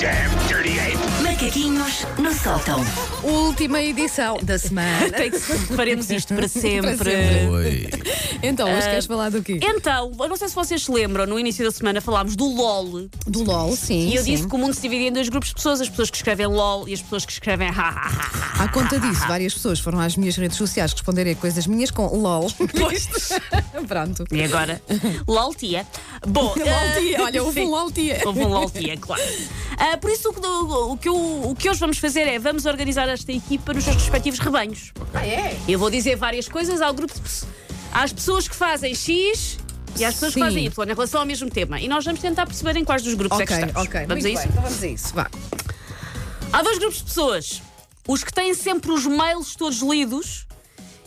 damn dirty ape! Macaquinhos no sótão. Última edição da semana. Tem que- faremos isto para sempre. Ah, Para sempre. Oi. Então, hoje queres falar do quê? Então, eu não sei se vocês se lembram, no início da semana falámos do LOL Do LOL, sim. e eu sim. disse que o mundo se dividia em dois grupos de pessoas: as pessoas que escrevem LOL e as pessoas que escrevem hahaha. À conta disso, várias pessoas foram às minhas redes sociais responderem a coisas minhas com LOL. Pronto. E agora? LOL tia. Bom, LOL eh, tia, olha, houve sim. um LOL tia. Houve um LOL tia, claro. Ah, por isso, o que, o, que o- o que hoje vamos fazer é vamos organizar esta equipa nos seus respectivos rebanhos. Ah, é? Eu vou dizer várias coisas ao grupo de pe- às pessoas que fazem X e às pessoas Sim. que fazem Y, em relação ao mesmo tema. E nós vamos tentar perceber em quais dos grupos é que Ok, estamos. ok. vamos muito a isso? Bem, então vamos a isso. Vá. Há dois grupos de pessoas. Os que têm sempre os mails todos lidos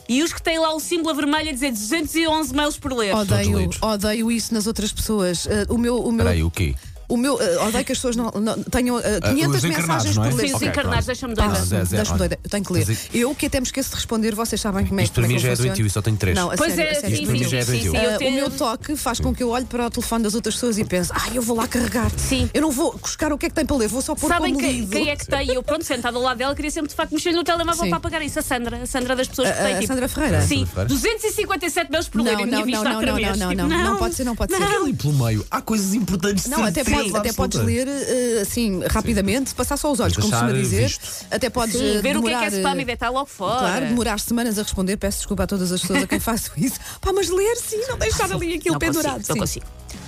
e os que têm lá o símbolo a vermelho a dizer 211 mails por ler. Odeio, lidos. odeio isso nas outras pessoas. Eh, o meu. O meu... Peraí, o quê? O meu, eh, odeio que as pessoas não, não- tenham eh, 500 os encarnados, mensagens não é? por ler. Sim, os Ok, encarnados, pronto. deixa-me Pá, doida. Ah, Zé, Zé, deixa-me olha. doida, eu tenho que ler. Mas é Eu que até me esqueço de responder, vocês sabem como é Isto como para é mim que já é funciona. doentio, eu só tenho três. Não, a Pois sério, é, a sério. sim, Isto para sim, mim já é sim, sim, doentio. sim. Ah, Eu o tenho- meu toque faz com que eu olhe para o telefone das outras pessoas e pense, ah, eu vou lá carregar. Sim. Eu não vou buscar o que é que tem para ler, vou só pôr Sabem como quem, lido. quem é que tem? Eu, pronto, sentada ao lado dela, queria sempre de facto mexer no telemóvel Sim. para apagar isso. A Sandra, a Sandra das pessoas que A- tem. a tipo, Sandra Ferreira? Sim, Sandra Ferreira. 257 meus por ler Não, e não, minha vista não, outra não, vez. não, Tipo, não, não, não pode ser, não pode ser. não. Ali pelo meio, há coisas importantes. de Não, até, certeza podes, até absoluta. podes ler eh, assim, rapidamente, passar só os olhos, como Deixar costuma dizer. visto. Até podes Sim, eh, ver o que é que demorar, é spam e deitar logo fora. Claro, demorar semanas a responder, peço desculpa a todas as pessoas a quem faço isso. Pá, mas ler sim, não deixar ali aquilo não pendurado. Consigo, não sim. consigo.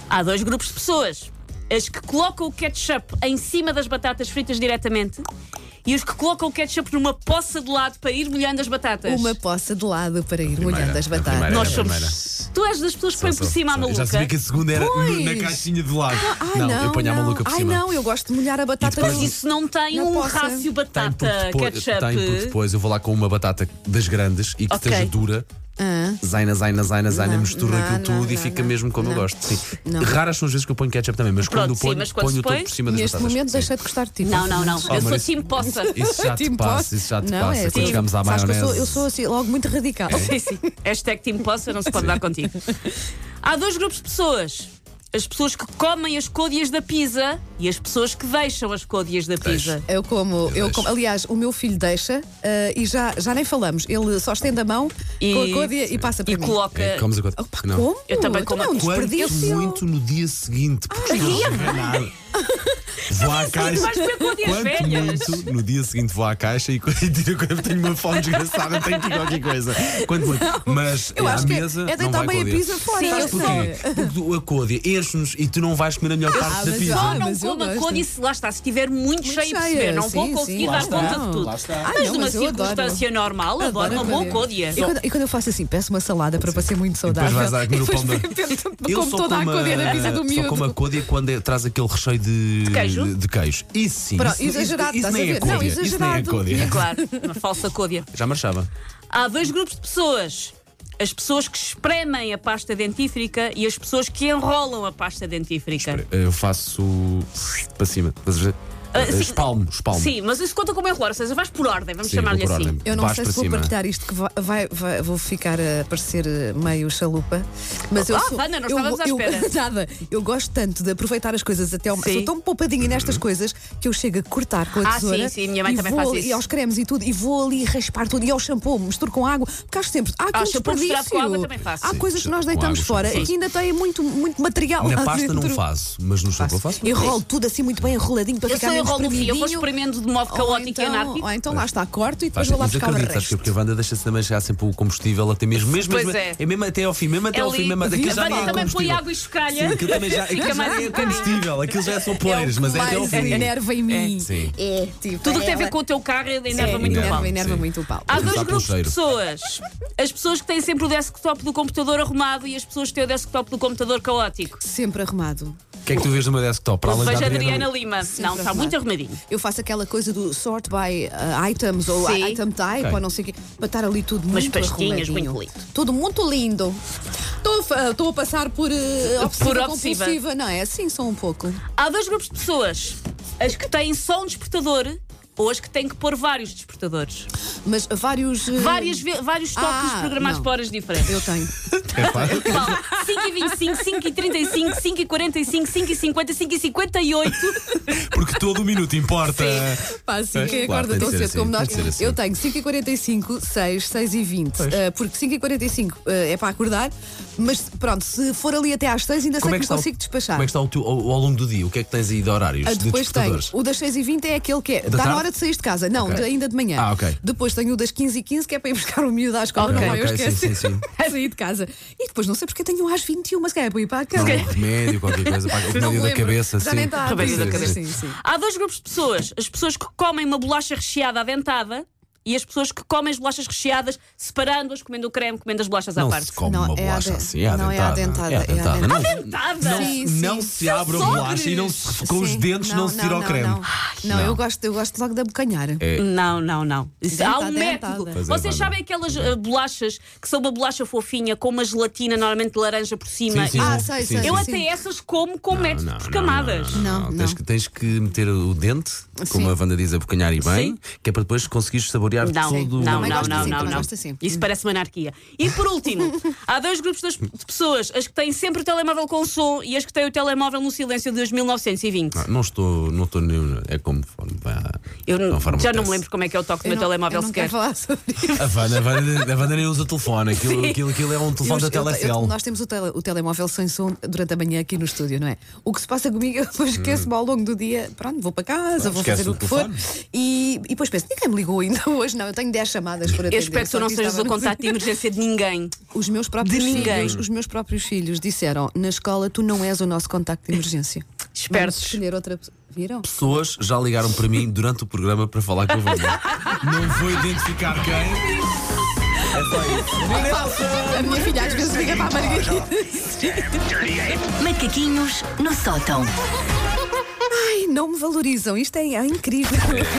Há dois grupos de pessoas: as que colocam o ketchup em cima das batatas fritas diretamente e os que colocam o ketchup numa poça de lado para ir molhando as batatas. Uma poça de lado para ir molhando as a batatas. primeira, Nós a primeira. somos. Tu és das pessoas que põem por Só- cima à só- maluca. Já sabia que a segunda era no- Pois. na caixinha de lado. Ai, não, não, eu ponho a não. maluca por Ai, cima. não, eu gosto de molhar a batata. depois no- Isso não tem Não um posso. rácio Tem porque batata depois, ketchup. tem porque depois eu vou lá com uma batata das grandes e que Ok. esteja dura. Ah. Zaina, zaina, zaina, zaina, Não, mistura não, aquilo não, tudo e não, fica não, mesmo como não. eu gosto. Sim. Não. Raras são as vezes que eu ponho ketchup também, mas Pronto, quando o sim, ponho, mas quando ponho se o todo põe, por cima das Neste batatas. momento Sim. deixei de tipo gostar de ti. Não, não, não. Oh, eu sou mas- time poça. Isso já te Team passa, Posse. isso já te não, passa. É, Quando assim. chegamos à Sabes que eu maionese. sou, eu sou assim, logo muito radical. é. Sim, sim. Hashtag time poça, não se pode dar contigo. Há dois grupos de pessoas. As pessoas que comem as côdeas da pizza e as pessoas que deixam as côdeas da pizza. Eu como, eu deixo. como, aliás, o meu filho deixa eh, e já, já nem falamos. Ele só estende a mão E- com a códia e passa para E mim. coloca. É, comes a coisa. Opa, Não. como? Eu também Então como é um a Quanto desperdício. muito no dia seguinte, porque senão não chega nada. Vou à Mas vais caixa. comer côdeas Quanto velhas. muito no dia seguinte vou à caixa e quando eu tenho uma fome desgraçada, tenho que ir qualquer coisa. Quanto muito. Mas eh, Eu à acho que é- mesa. é não deitar vai bem a códia. pizza fora. Sim, eu Sabes porquê? sei. Ah, Porque o- a códia enche-nos e tu não vais comer a melhor parte da mas pizza. olha, Só não mas eu como a gosto. côdea se lá está, se estiver muito, Muito cheia de cheia, perceber. Não vou sim, sim, conseguir lá dar está. conta de tudo. Lá está. Ah, Mas não, numa mas eu adoro. circunstância normal, adoro uma boa côdea. E quando, e quando eu faço assim, peço uma salada para parecer muito saudável. depois vais lá comer o E depois, pão da- de repente, Eu como só toda a como códia da pizza do Só como a miúdo. côdea quando é- traz aquele recheio de, queijo? de queijo. Isso sim. Pronto, isso, isso- exagerado, isso estás a nem é ver? côdea. Não, Isso nem é exagerado. côdea. Claro, uma falsa côdea. Já marchava. Há dois grupos de pessoas. As pessoas que espremem a pasta dentífrica e as pessoas que enrolam a pasta dentífrica. Eu faço para cima. Estás a ver? Ah, sim. espalmo, espalmo. Sim, mas isso conta como enrolar, ou seja, vais por ordem, vamos Sim, vou chamar-lhe por assim. ordem. Eu não Vais sei para se vou cima. partilhar isto que vai, vai- vai- vou ficar a parecer eh, meio chalupa, mas eu Ah, sou, Wanda, nós eu, estávamos à eu- espera. nada, eu gosto tanto de aproveitar as coisas até ao Sim. sou tão poupadinha Uhum. nestas coisas que eu chego a cortar com a Ah, tesoura. sim, sim, minha mãe e também vou faz ali- isso. E aos cremes e tudo e vou ali raspar tudo e ao shampoo, misturo com água, porque acho sempre há aqui Ah, um shampoo misturado desperdício. com água também faço. Há Sim, coisas que nós com água, deitamos shampoo fora e faço. que ainda têm muito muito material Na lá pasta Ah, dentro. não faço, mas no shampoo faço. Enrolo tudo assim muito bem enroladinho para Eu ficar sou menos enrolo fio, eu vou espremidinho. espremendo de modo Ou caótico e então, anárquico. ou então lá está, corto e depois Faz, vou lá mas buscar o acredito, sabes que resto. porque a Wanda deixa-se também chegar sempre o combustível até mesmo. mesmo Pois mesmo, é. mesmo até ao fim, mesmo até ao Ali, fim, mesmo até vi aquilo a já Wanda nem é também põe combustível. água e chocalha. Sim, aquilo também já, aquilo Fica já mais nem é combustível, aquilo já é só poeiras, mas é até ao mais fim. enerva em mim. Sim. É, tipo, Tudo o que tem a ela- ver com o teu carro é enerva Sim, é. muito o enerva. pau. Enerva, enerva Sim. muito o pau. Há Começar dois pelo grupos de cheiro. pessoas. As pessoas que têm sempre o desktop do computador arrumado e as pessoas que têm o desktop do computador caótico. Sempre arrumado. O que é que tu vês no meu desktop? Para Eu além da vejo a Adriana. Adriana Lima. Não, está arrumado. muito arrumadinho. Eu faço aquela coisa do sort by uh, items ou Sim. item type Ok. ou não sei o quê, para estar ali tudo Umas muito pastinhas, arrumadinho. muito lindo. Tudo muito lindo. Estou a fa- Estou a passar por uh, obsessiva, Por obsessiva. compulsiva, não é? Assim só um pouco. Há dois grupos de pessoas. As que têm só um despertador ou as que têm que pôr vários despertadores. Mas vários. uh, Várias ve- vários toques Ah, programados não. para horas diferentes. Eu tenho. É fácil. Bom, 5 5 e 25, 5 e 35, 5 e 45, 5 e 50, 5 e 58. Porque todo o minuto importa. Pá, assim, Pois, quem claro, acorda tem de tão ser cedo assim, como tem nós. de ser assim. Eu tenho 5h45, 6, 6 e 20 Porque 5h45 é para acordar, mas pronto, se for ali até às 6 ainda sei que me consigo o, despachar. como é que está o teu, ao, ao longo do dia? O que é que tens aí de horários? Ah, de Depois tenho despertadores? o das 6 e 20 é aquele que é. Está na tarde? hora de sair de casa. Não, Ok. de- ainda de manhã. Ah, ok. Depois tenho o das 15 e 15 que é para ir buscar o miúdo à escola. Ok. Não, é? eu Ok, sim, esqueço. sim, sim. a sair de casa. E depois não sei porque tenho às 21, se calhar é para ir para a cama. Não, remédio, qualquer coisa. pá, Não Remédio me da lembro. cabeça, Já sim. nem está a Remédio da Sim, cabeça. sim. Sim, sim. Há dois grupos de pessoas: as pessoas que comem uma bolacha recheada aventada e as pessoas que comem as bolachas recheadas separando-as, comendo o creme, comendo as bolachas à Não parte. se come Não, uma é bolacha aden- assim, é não, é adentada, adentada. é adentada. Não- Aventada! Não, Sim, não sim. se abre a São bolacha e não se, com os Sim. dentes não, se tira o creme. É Não, Não, eu, gosto, eu gosto logo de abocanhar. Não, não, não. Isso- Dentada, Há um dentada. método. Pois é, Vocês Wanda. sabem aquelas eh, bolachas que são uma bolacha fofinha com uma gelatina normalmente de laranja por cima? Sim, sim, Ah, sim, sei, sim, sei. sim. Eu sim. até essas como com método não, por não, camadas. Não, Não, Tens, não. que, tens que meter o dente, como Sim. a Wanda diz, a bocanhar e bem, Sim. que é para depois conseguires saborear Não, todo não, não, o gosto não, assim, não, também não. gosto assim. Isso parece uma anarquia. E por último, há dois grupos das- de pessoas, as que têm sempre o telemóvel com som e as que têm o telemóvel no silêncio desde 1920. Não estou, não estou nenhum. É como fone, vá, Eu n- conforme já não me apetece. lembro como é que é o toque do Eu meu não- telemóvel eu não sequer. quero falar sobre isso. A Wanda, a Wanda- a Wanda nem usa telefone, aquilo, aquilo, aquilo é um telefone da Eu- eu- eu- Telecel. nós temos o, tele- o telemóvel sem som durante a manhã aqui no estúdio, não é? O que se passa comigo, eu depois esqueço-me ao longo do dia. Pronto, vou para casa, vou Hum. esquece fazer o o que for. telefone. E, e depois penso, ninguém me ligou ainda hoje, não. Eu tenho 10 chamadas por atender. Eu espero que só tu não aqui sejas o estava no- contato de emergência de ninguém. Os meus próprios De ninguém. filhos, os meus próprios filhos disseram na escola tu não és o nosso contacto de emergência. Vamos Espertos. escolher outra pessoa. Viram? Pessoas já ligaram para mim durante o programa para falar com a Wanda. não vou identificar quem. A minha filha às vezes liga para a Margarida. Macaquinhos no sótão. Ai, não me valorizam. Isto é, é incrível.